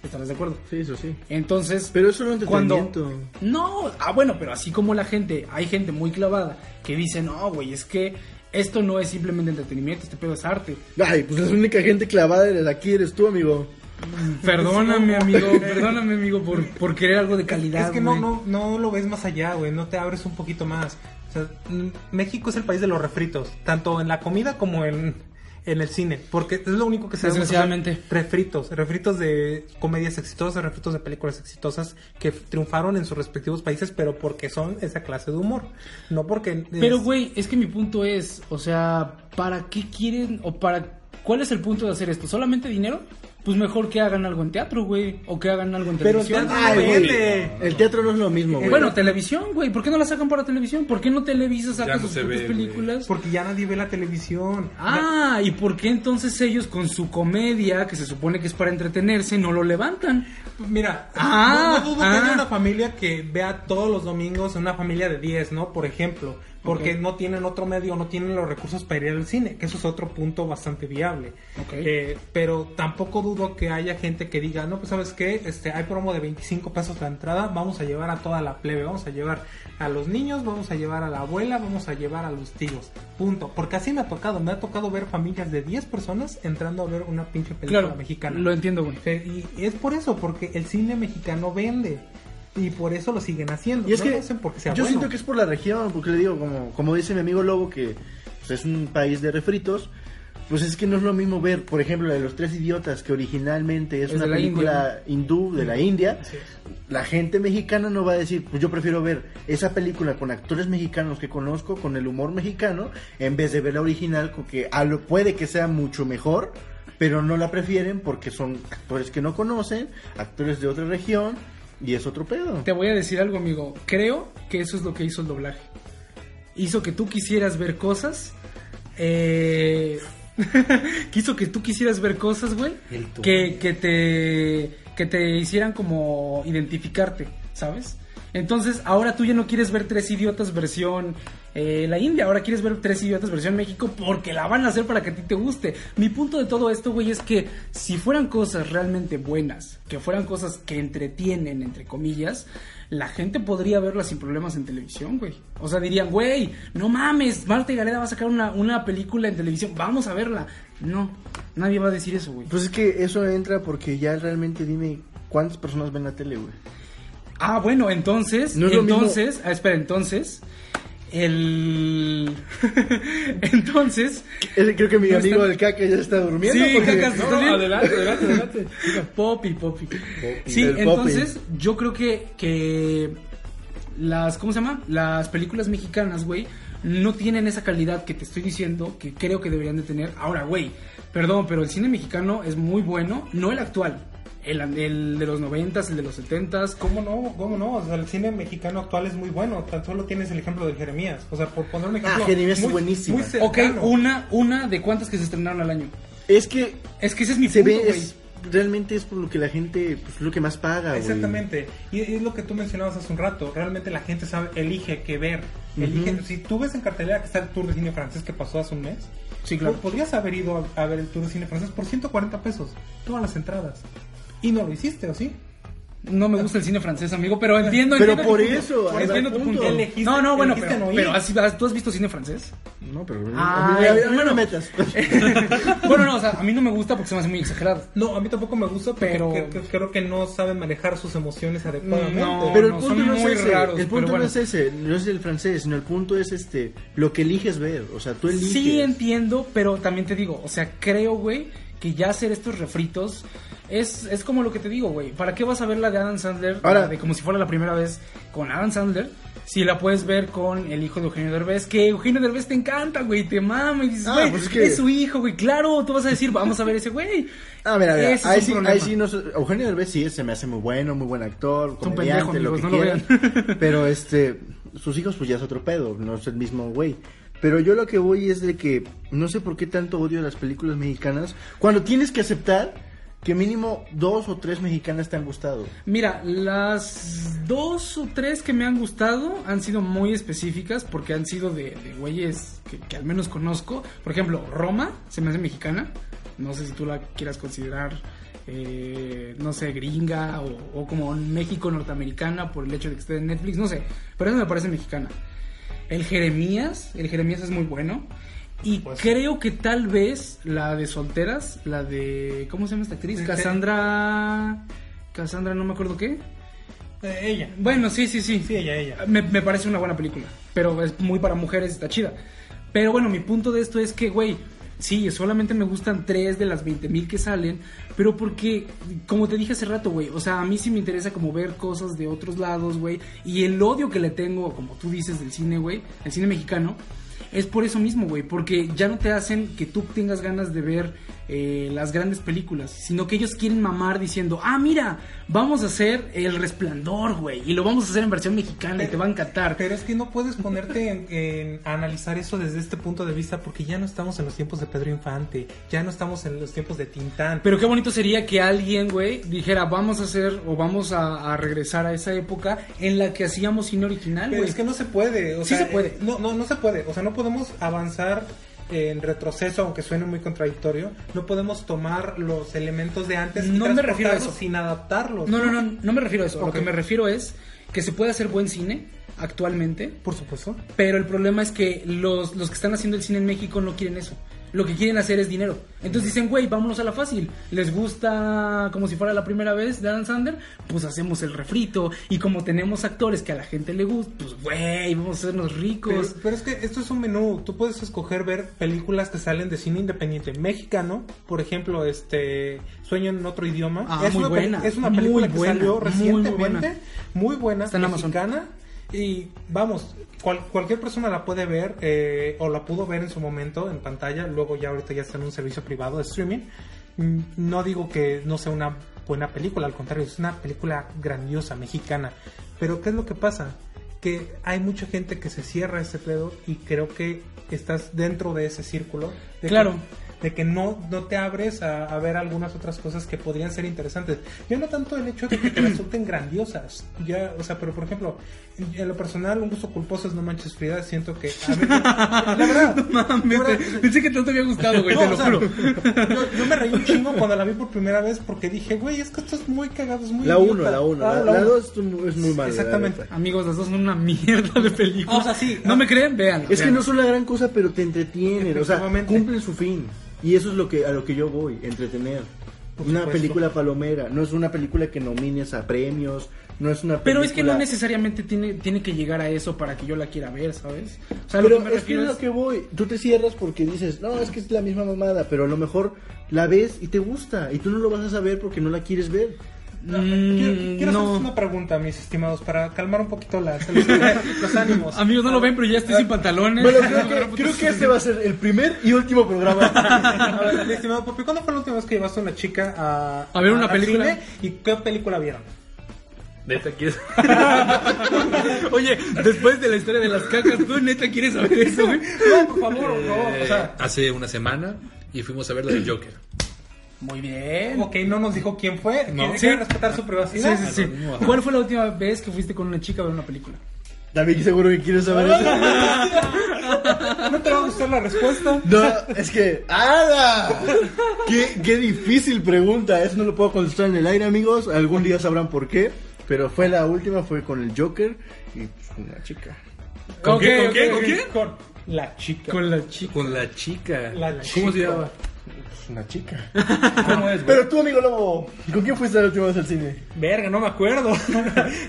¿Estarás de acuerdo? Sí, eso sí. Entonces, Pero eso no es cuando... entretenimiento. No, ah, bueno, pero así como la gente, hay gente muy clavada que dice, no, güey, es que esto no es simplemente entretenimiento, este pedo es arte. Ay, pues la única gente clavada de aquí eres tú, amigo. Perdóname, amigo, *laughs* perdóname, amigo, por, por querer algo de calidad. es que no, güey. no, no lo ves más allá, güey, no te abres un poquito más. O sea, mm, México es el país de los refritos, tanto en la comida como en, en el cine, porque es lo único que se da mucho. Desgraciadamente. Refritos, refritos de comedias exitosas, refritos de películas exitosas que triunfaron en sus respectivos países, pero porque son esa clase de humor, no porque... Pero, es- güey, es que mi punto es, o sea, ¿para qué quieren o para cuál es el punto de hacer esto? ¿Solamente dinero? pues mejor que hagan algo en teatro, güey. O que hagan algo en Pero televisión. el teatro- Ay, güey, Duele. El teatro no es lo mismo, güey. Bueno, televisión, güey. ¿Por qué no la sacan para televisión? ¿Por qué no Televisa saca Ya no sus se propias ve, güey. películas? Porque ya nadie ve la televisión. Ah, ¿y por qué entonces ellos con su comedia, que se supone que es para entretenerse, no lo levantan? Mira, Ah, no, no dudo ah. que haya una familia que vea todos los domingos, una familia de 10, ¿no? Por ejemplo, porque Ok. no tienen otro medio, no tienen los recursos para ir al cine, que eso es otro punto bastante viable. Ok. Eh, pero tampoco dudo que haya gente que diga, no, pues sabes qué, este, hay promo de 25 pesos la entrada, vamos a llevar a toda la plebe, vamos a llevar a los niños, vamos a llevar a la abuela, vamos a llevar a los tíos. Punto. Porque así me ha tocado, me ha tocado ver familias de 10 personas entrando a ver una pinche película Claro, mexicana. lo entiendo, güey. Sí, Y es por eso, porque el cine mexicano vende. Y por eso lo siguen haciendo. Y es no que lo hacen porque sea yo bueno. siento que es por la región, porque le digo, como, como dice mi amigo Lobo, que pues, es un país de refritos, pues es que no es lo mismo ver, por ejemplo, la de Los Tres Idiotas, que originalmente es, Es una de la película hindú de la India. La gente mexicana no va a decir, pues yo prefiero ver esa película con actores mexicanos que conozco, con el humor mexicano, en vez de ver la original, con que a lo- puede que sea mucho mejor, pero no la prefieren porque son actores que no conocen, actores de otra región, y es otro pedo. Te voy a decir algo, amigo. Creo que eso es lo que hizo el doblaje. Hizo que tú quisieras ver cosas. Eh... *laughs* Quiso que tú quisieras ver cosas, güey. Que, que, te, que te hicieran como identificarte, ¿sabes? Entonces, ahora tú ya no quieres ver Tres Idiotas versión eh, la India, ahora quieres ver Tres Idiotas versión México porque la van a hacer para que a ti te guste. Mi punto de todo esto, güey, es que si fueran cosas realmente buenas, que fueran cosas que entretienen, entre comillas, la gente podría verlas sin problemas en televisión, güey. O sea, dirían, güey, no mames, Marta y Galera va a sacar una, una película en televisión, vamos a verla. No, nadie va a decir eso, güey. Pues es que eso entra porque ya realmente dime cuántas personas ven la tele, güey. Ah, bueno, entonces, No es lo entonces, ah, espera, entonces, el, *laughs* entonces, Eh, Creo que mi No amigo está- del caca ya está durmiendo. *laughs* porque- Cacas, No, ¿estás bien? adelante, adelante, adelante. Poppy, Poppy. Sí, El Poppy. entonces yo creo que, que las, ¿cómo se llama? Las películas mexicanas, güey, no tienen esa calidad que te estoy diciendo que creo que deberían de tener. Ahora, güey, perdón, pero el cine mexicano es muy bueno, no el actual. El, el de los noventas, el de los setentas. ¿Cómo no? ¿Cómo no? O sea, el cine mexicano actual es muy bueno. Tan solo tienes el ejemplo de Jeremías. O sea, por poner un Ah, ejemplo. Jeremías es muy- buenísima. muy cercano. Ok, una, una de cuántas que se estrenaron al año. Es que Es que ese es mi se punto, ve, güey. es- realmente es por lo que la gente, pues lo que más *laughs* paga, güey. Exactamente. Y y es lo que tú mencionabas hace un rato. Realmente la gente sabe, elige qué ver. Elige. Si tú ves en cartelera que está el tour de cine francés que pasó hace un mes, Sí, claro. po- podrías haber ido a, a ver el tour de cine francés por 140 pesos. Todas las entradas. Y no lo hiciste, ¿o sí? No me gusta el cine francés, amigo, pero entiendo. Pero entiendo por tu punto. eso, ahí va entiendo el tu punto. punto. Elegiste- no, no, bueno, elegiste pero, no ir. pero así vas- ¿tú has visto cine francés? *laughs* No, pero. Ah, a mí- a mí no bueno. me metas. bueno, no, o sea, a mí no me gusta porque se me hace muy exagerado. No, a mí tampoco me gusta, Pero- pero creo que no sabe manejar sus emociones adecuadamente. *laughs* No, *laughs* Pero el no, punto son no es muy ese. raros, el pero punto bueno. no es ese. No es el francés, sino el punto es este. Lo que eliges ver. O sea, tú eliges. Sí entiendo, pero también te digo, o sea, creo, güey, que ya hacer estos refritos es, es como lo que te digo, güey. ¿Para qué vas a ver la de Adam Sandler? Ahora- la de como si fuera la primera vez con Adam Sandler. Si la puedes ver con el hijo de Eugenio Derbez, que Eugenio Derbez te encanta, güey, te mama y dices, Ah, güey, pues es, es que- su hijo, güey, claro, tú vas a decir, vamos a ver ese güey. Ah, mira, mira, Ese es ahí, un sí, problema. ahí sí nos- Eugenio Derbez sí se me hace muy bueno, muy buen actor, un comediante, pendejo, lo amigos, que no lo quieran. *laughs* Pero este, sus hijos pues ya es otro pedo, no es el mismo güey. Pero yo lo que voy es de que no sé por qué tanto odio a las películas mexicanas cuando tienes que aceptar que mínimo dos o tres mexicanas te han gustado. Mira, las dos o tres que me han gustado han sido muy específicas porque han sido de, de güeyes que, que al menos conozco. Por ejemplo, Roma, se me hace mexicana. No sé si tú la quieras considerar, eh, no sé, gringa o, o como México norteamericana por el hecho de que esté en Netflix, no sé. Pero eso me parece mexicana. El Jeremías, el Jeremías es muy bueno. Y Pues creo que tal vez la de solteras, la de. ¿Cómo se llama esta actriz? Este- Cassandra. Cassandra, no me acuerdo qué. Eh, ella. Bueno, sí, sí, sí. Sí, ella, ella. Me, me parece una buena película. Pero es muy para mujeres, está chida. Pero bueno, mi punto de esto es que, güey, sí, solamente me gustan tres de las 20 mil que salen. Pero porque, como te dije hace rato, güey, o sea, a mí sí me interesa como ver cosas de otros lados, güey. Y el odio que le tengo, como tú dices, del cine, güey, el cine mexicano. es por eso mismo, güey, porque ya no te hacen que tú tengas ganas de ver eh, las grandes películas, sino que ellos quieren mamar diciendo, ah, mira, vamos a hacer El Resplandor, güey, y lo vamos a hacer en versión mexicana y te va a encantar. Pero es que no puedes ponerte en, en analizar eso desde este punto de vista porque ya no estamos en los tiempos de Pedro Infante, ya no estamos en los tiempos de Tintán. Pero qué bonito sería que alguien, güey, dijera, vamos a hacer o vamos a, a regresar a esa época en la que hacíamos cine original, Pero güey. es que no se puede. O Sí sea, se puede. eh, No, no, no se puede. O sea, no podemos avanzar en retroceso, aunque suene muy contradictorio. No podemos tomar los elementos de antes No me transportarlos refiero a eso. sin adaptarlos. No, no, no, no me refiero a eso. Lo Ok. que me refiero es que se puede hacer buen cine actualmente, Por supuesto. pero el problema es que los, los que están haciendo el cine en México no quieren eso. Lo que quieren hacer es dinero. Entonces dicen, güey, vámonos a la fácil. ¿Les gusta como si fuera la primera vez de Adam Sander? Pues hacemos el refrito. Y como tenemos actores que a la gente le gusta, pues, güey, vamos a hacernos Pero, ricos. pero es que esto es un menú. Tú puedes escoger ver películas que salen de cine independiente mexicano. Por ejemplo, este Sueño en otro idioma. Ah, muy una peli- buena, Es una muy película que buena, salió muy, muy recientemente. Muy, buena. buena. Está en Amazon. mexicana. Y vamos, cual- cualquier persona la puede ver eh, o la pudo ver en su momento en pantalla. Luego ya ahorita ya está en un servicio privado de streaming. Mm, No digo que no sea una buena película, al contrario, es una película grandiosa, mexicana. Pero ¿qué es lo que pasa? Que hay mucha gente que se cierra ese pedo y creo que estás dentro de ese círculo. de Claro. que- de que no, no te abres a, a ver algunas otras cosas que podrían ser interesantes. Ya no tanto el hecho de *clears throat* que te resulten grandiosas. Ya, o sea, pero por ejemplo, en, en lo personal, un gusto culposo es No Manches Frida. Siento que... *laughs* a mí- la verdad, la verdad, Pensé que tanto te había gustado, güey, no, te lo o sea, juro. Yo, yo me reí un chingo cuando la vi por primera vez porque dije, güey, es que esto es muy cagado, es muy La idiota". 1, la 1. Ah, La la 2 uno. es muy- es muy mala. la Exactamente. neta. Amigos, las dos son una mierda de película. O sea, sí. ah, ¿No me creen? Vean. Es que no son la gran cosa, pero te entretienen. O sea, Efectivamente. cumplen su fin. Y eso es lo que a lo que yo voy, entretener. Por Una supuesto. película palomera, no es una película que nomines a premios, no es una película... Pero es que no necesariamente tiene, tiene que llegar a eso para que yo la quiera ver, ¿sabes? O sea, lo Pero que me es que refiero es es... lo que voy. Tú te cierras porque dices, no, es que es la misma mamada, pero a lo mejor la ves y te gusta. Y tú no lo vas a saber porque no la quieres ver. Mm, Ah, Quiero, quiero no. hacerles una pregunta, mis estimados, para calmar un poquito las, los, los ánimos. Amigos, no lo ven, pero ya estoy sin pantalones. Ah, Bueno, *laughs* creo que, creo que este va a ser el primer y último *laughs* programa. A ver, mi estimado Popi, ¿cuándo fue la última vez que llevaste a una chica a, A ver una al película. cine? ¿Y qué película vieron? Neta, ¿quieres? Oye, después de la historia de las cacas, ¿tú neta quieres saber eso, *laughs* güey? No, por favor, no. O sea, eh, Hace una semana y fuimos a ver la del Joker. Muy bien. ok, no nos dijo quién fue. No. No. Sí. respetar su Sí, privacidad. sí, sí. ¿Cuál fue la última vez que fuiste con una chica a ver una película? También seguro que quieres saber eso. *laughs* No te va a gustar la respuesta. No, es que... ¡Ala! Qué, qué difícil pregunta. Eso no lo puedo contestar en el aire, amigos. Algún día sabrán por qué. Pero fue la última, fue con el Joker y pues, una chica. ¿Con Ok, quién? ¿Con ok, quién? ¿Con ok. quién? Con la chica. Con la chica. Con la chica. La ¿Cómo chica. se llama? Pues, una chica. ¿Cómo es, güey? Pero tú, amigo Lobo, ¿con quién fuiste la última vez al cine? Verga, no me acuerdo.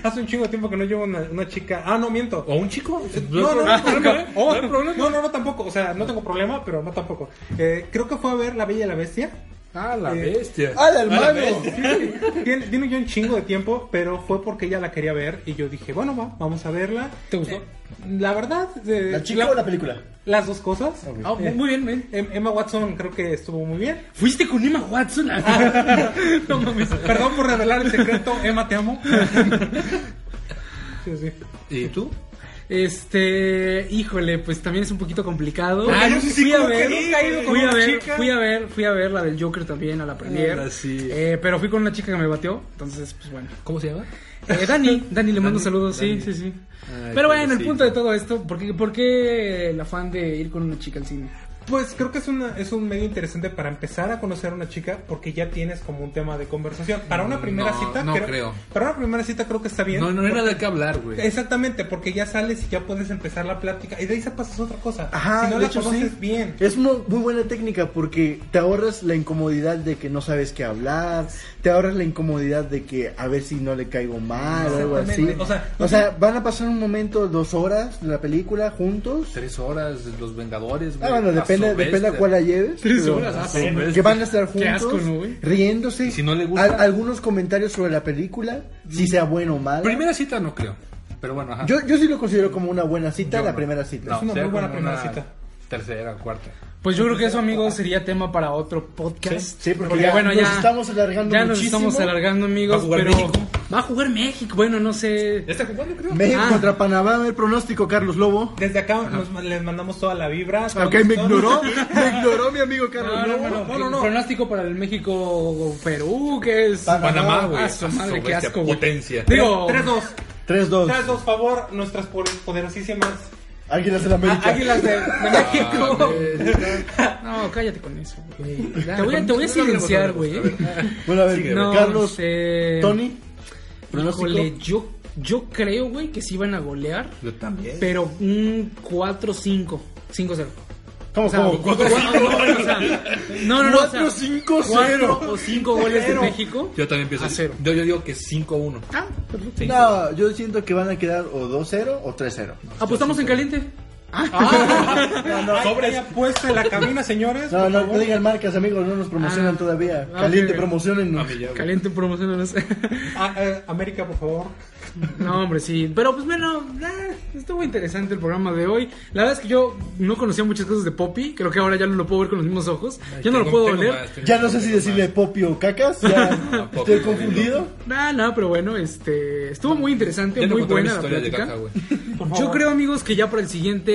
Hace un chingo de tiempo que no llevo una, una chica. Ah, no, miento. ¿O un chico? No, no, no, Ah, no, no, ¿eh? oh, no, no, no, tampoco. O sea, no tengo problema, pero no tampoco. Eh, creo que fue a ver La Bella y la Bestia. Ah, la Eh, bestia. ¡Ala, hermano! bestia. Tiene, tiene yo un chingo de tiempo, pero fue porque ella la quería ver y yo dije, bueno, va, vamos a verla. ¿Te gustó? Eh, la verdad, eh, ¿La chica la- o la película? las dos cosas. Ah, muy- muy bien, ven. Em- Emma Watson creo que estuvo muy bien. ¿Fuiste con Emma *laughs* Watson? *laughs* no mames. Perdón por revelar el secreto, *laughs* Emma, *laughs* te amo. Sí, sí. ¿Y tú? Este, híjole, pues también es un poquito complicado. Ah, yo sí, sí, fui a como que ver, nunca he ido con fui a una ver, chica. fui a ver, fui a ver la del Joker también a la premiere. Ah, sí. Eh, pero fui con una chica que me bateó, entonces pues bueno. ¿Cómo se llama? *laughs* Eh, Dani, Dani le mando Dani, saludos, sí, Dani. sí, sí. Ay, pero bueno, el pobrecito. punto de todo esto, ¿por qué, por qué el afán de ir con una chica al cine? Pues creo que es, una, es un medio interesante para empezar a conocer a una chica porque ya tienes como un tema de conversación. Para una primera Mm, No, cita, no creo. Para una primera cita creo que está bien. No, no hay nada que hablar, güey. Exactamente, porque ya sales y ya puedes empezar la plática. Y de ahí se pasas otra cosa. Ajá, si no de la hecho, conoces sí. bien. Es una muy buena técnica porque te ahorras la incomodidad de que no sabes qué hablar, te ahorras la incomodidad de que a ver si no le caigo mal o algo así. Exactamente, o sea, O sea, van a pasar un momento, dos horas de la película juntos. Tres horas, Los Vengadores, güey. Ah, bueno, A su depende, bestia. depende a cuál la lleves. Tres pero- horas, ah, sí, pues. Que van a estar juntos, Qué asco, ¿no, güey? riéndose. Y si no le gusta. Mm. al- algunos comentarios sobre la película, si sea bueno o malo. Primera cita no creo. Pero bueno, ajá. Yo, yo sí lo considero como una buena cita, Yo la no. primera cita. No, Es una sea muy buena como primera una cita. Tercera, cuarta. Pues yo creo que eso, amigos, sería tema para otro podcast. Sí, porque, ya nos estamos alargando Ya nos muchísimo. estamos alargando, amigos. ¿Va a jugar pero México? va a jugar México. Bueno, no sé. ¿Ya está jugando, creo? México Ah. contra Panamá, el pronóstico, Carlos Lobo. Desde acá nos- les mandamos toda la vibra. Ok, *laughs* *laughs* me ignoró, me ignoró mi amigo Carlos No, no, no, Lobo. no, no, no, el no. Pronóstico para el México-Perú, que es. Pan- Panamá, Ah, güey. Ah, su madre, Aso, qué bestia, asco, güey. Potencia. *laughs* Digo, 3-2. 3-2. 3-2, favor, nuestras po- poderosísimas Águilas ah, del á- América. águilas de, de México. Ah, no, cállate con eso, güey. Te voy a, te voy a silenciar, güey. Bueno, a ver, No, Carlos, sé. Tony, pronóstico. Híjole, yo, yo creo, güey, que sí van a golear, Yo también. pero un 4-5. 5-0. ¿Cómo, O sea, cómo? cuatro- no, o sea, No, no, no. o sea, 4-5-0. cuatro o 5 goles de México. Yo también pienso. A cero. Yo, yo digo que 5-1. Ah, perfecto. No, yo siento que van a quedar o 2-0 o 3-0. ¿Apostamos en caliente? Sobre apuesta en la cabina, señores. No, por no, favor. no digan marcas, amigos, no nos promocionan Ah. todavía. Ah, Caliente, ok. promocionen. A mí ya, güey. Caliente promoción, no sé. Ah, eh, América, por favor. *laughs* No, hombre, sí. Pero pues bueno, eh, estuvo interesante el programa de hoy. La verdad es que yo no conocía muchas cosas de Poppy. Creo que ahora ya lo puedo ver con los mismos ojos. Yo no lo Tengo- puedo tengo oler. más, tengo Ya no más, sé si tengo decirle Ah, más. Popio o *laughs* Cacas, ya Popio, estoy sí, confundido. Nah, nah, Ah, pero bueno, este estuvo muy interesante, Ya no muy contaron buena la historia de plática. caca, güey. Yo creo, amigos, que ya para el siguiente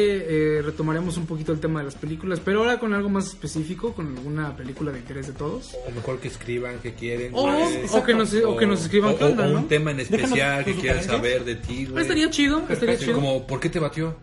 eh, retomaremos un poquito el tema de las películas, pero ahora con algo más específico, con alguna película de interés de todos. O mejor que escriban, que quieren. O, güey. o que, nos, o que nos escriban o, qué onda, o ¿no? un tema en especial Déjanos que tus quieras sugerencias. saber de ti, Pero güey. estaría chido, estaría Sí, chido. Como, ¿por qué te batió?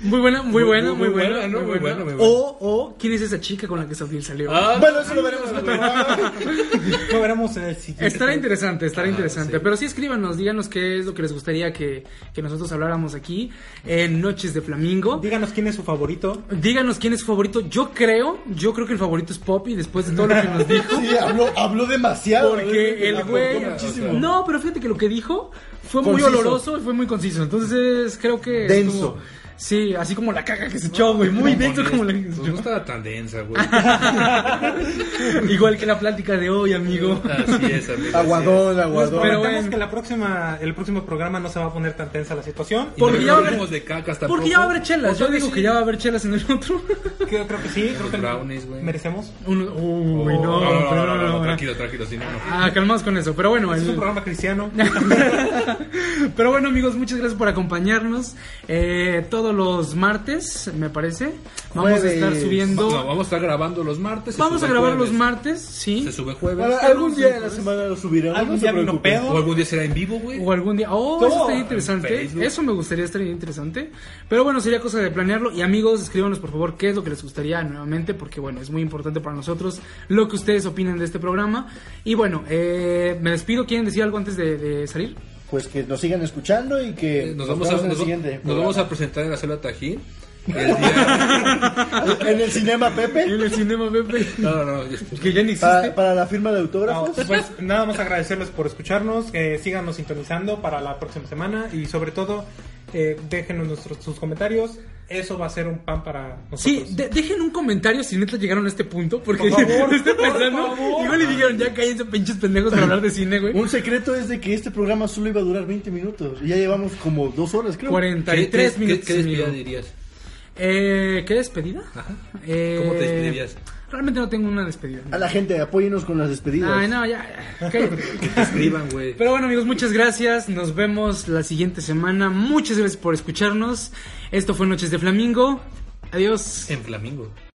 Muy buena, muy buena, muy muy buena, buena, ¿no? muy Muy buena. Ah, buena, muy O, o, ¿quién es esa chica con la que Saudil salió? Bueno, eso lo veremos en otro programa. *laughs* Lo veremos en el siguiente. Estará interesante, estará interesante. sí. Pero Ah, sí escríbanos, díganos qué es lo que les gustaría que, que nosotros habláramos aquí en Noches de Flamingo. Díganos quién es su favorito. Díganos quién es su favorito. Yo creo, yo creo que el favorito es Poppy después de todo lo que *laughs* nos dijo. Sí, habló, habló demasiado. ¿eh? Porque el Aportó güey. muchísimo. No, pero fíjate que lo que dijo fue muy Conciso. oloroso y fue muy conciso. Entonces creo que. Denso. estuvo- sí, así como la caga que se echó, güey. Muy denso como la que se Pues No echó. estaba tan densa, *laughs* güey. Igual que la plática de hoy, amigo. Así es, amigo. Ah, así Aguadón, Les aguadón. Pero prometemos bueno. que la próxima, el próximo programa no se va a poner tan tensa la situación. es. Y Porque no ya va a hablemos haber- de cacas tampoco. Porque ya va a haber chelas. Yo Otra vez digo que sí. ya va a haber chelas en el otro. Creo, creo que sí, creo que brownies, güey. merecemos. Uno- Uy, Oh, No, no, no, no, pero no, no, no, no. tranquilo, tranquilo, sí, no, no. Ah, calmados con eso. Pero bueno, Es un el, programa cristiano. *laughs* Pero bueno, amigos, muchas gracias por acompañarnos. Eh, todos los martes, me parece, vamos a Jueves. estar subiendo. No, vamos a estar grabando los martes. se vamos a sube grabar jueves. los martes, sí. Se sube jueves. Bueno, algún día de la semana lo subiremos. Algún no se día vino preocupen. pedo. O algún día será en vivo, güey. O algún día. Oh, Todo eso estaría en interesante. Facebook. Eso me gustaría, estaría interesante. Pero bueno, sería cosa de planearlo. Y amigos, escríbanos por favor qué es lo que les gustaría nuevamente, porque bueno, es muy importante para nosotros lo que ustedes opinen de este programa. Y bueno, eh, me despido. ¿Quieren decir algo antes de, de salir? Pues que nos sigan escuchando y que Nos vamos, a, en el nos, siguiente. nos programa. vamos a presentar en la sala Tajín. El día- *laughs* *laughs* en el cinema Pepe En el cinema, Pepe. No, no, no. ya- Que ya ni existe. para, para la firma de No, autógrafos. pues nada más agradecerles por escucharnos, que síganos sintonizando para la próxima semana y sobre todo eh, déjenos nuestros, sus comentarios, eso va a ser un pan para nosotros. Sí, de- dejen un comentario si neta llegaron a este punto, porque Por *laughs* favor, estoy por pensando, favor. igual le dijeron, ya cállense pinches pendejos para hablar de cine, güey. Un secreto es de que este programa solo iba a durar 20 minutos y ya llevamos como dos horas, creo. 43 ¿Qué- qué- minutos. ¿Qué despedida amigo. dirías? Eh, ¿Qué despedida? Eh, ¿Cómo te despedirías? Ah, Realmente no tengo una despedida. A la gente, apóyenos con las despedidas. Ay, no, ya, ya, *laughs* cállate. Que escriban, güey. Pero bueno, amigos, muchas gracias. Nos vemos la siguiente semana. Muchas gracias por escucharnos. Esto fue Noches de Flamingo. Adiós. En Flamingo.